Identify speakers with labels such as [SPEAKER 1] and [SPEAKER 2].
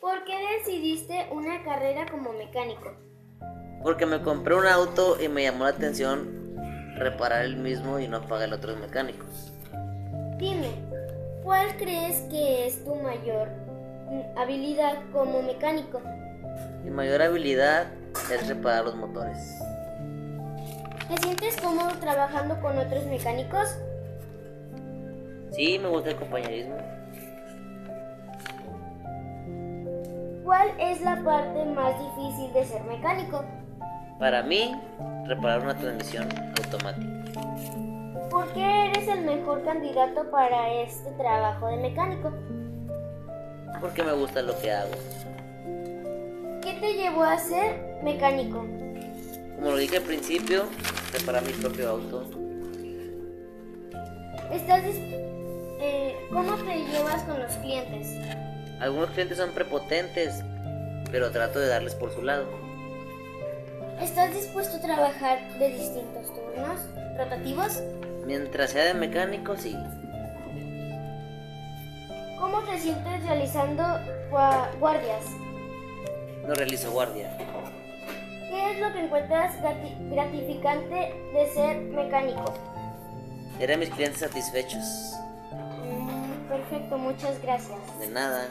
[SPEAKER 1] ¿Por qué decidiste una carrera como mecánico?
[SPEAKER 2] Porque me compré un auto y me llamó la atención reparar el mismo y no pagar a otros mecánicos.
[SPEAKER 1] Dime, ¿cuál crees que es tu mayor mm, habilidad como mecánico?
[SPEAKER 2] Mi mayor habilidad es reparar los motores.
[SPEAKER 1] ¿Te sientes cómodo trabajando con otros mecánicos?
[SPEAKER 2] Sí, me gusta el compañerismo.
[SPEAKER 1] ¿Cuál es la parte más difícil de ser mecánico?
[SPEAKER 2] Para mí, reparar una transmisión automática.
[SPEAKER 1] ¿Por qué eres el mejor candidato para este trabajo de mecánico?
[SPEAKER 2] Porque me gusta lo que hago.
[SPEAKER 1] ¿Qué te llevó a ser mecánico?
[SPEAKER 2] Como lo dije al principio, reparar mi propio auto.
[SPEAKER 1] ¿Estás dis- eh, ¿Cómo te llevas con los clientes?
[SPEAKER 2] Algunos clientes son prepotentes, pero trato de darles por su lado.
[SPEAKER 1] ¿Estás dispuesto a trabajar de distintos turnos rotativos?
[SPEAKER 2] Mientras sea de mecánico, sí.
[SPEAKER 1] ¿Cómo te sientes realizando gua- guardias?
[SPEAKER 2] No realizo guardia.
[SPEAKER 1] ¿Qué es lo que encuentras grati- gratificante de ser mecánico?
[SPEAKER 2] Seré a mis clientes satisfechos.
[SPEAKER 1] Mm, perfecto, muchas gracias.
[SPEAKER 2] De nada.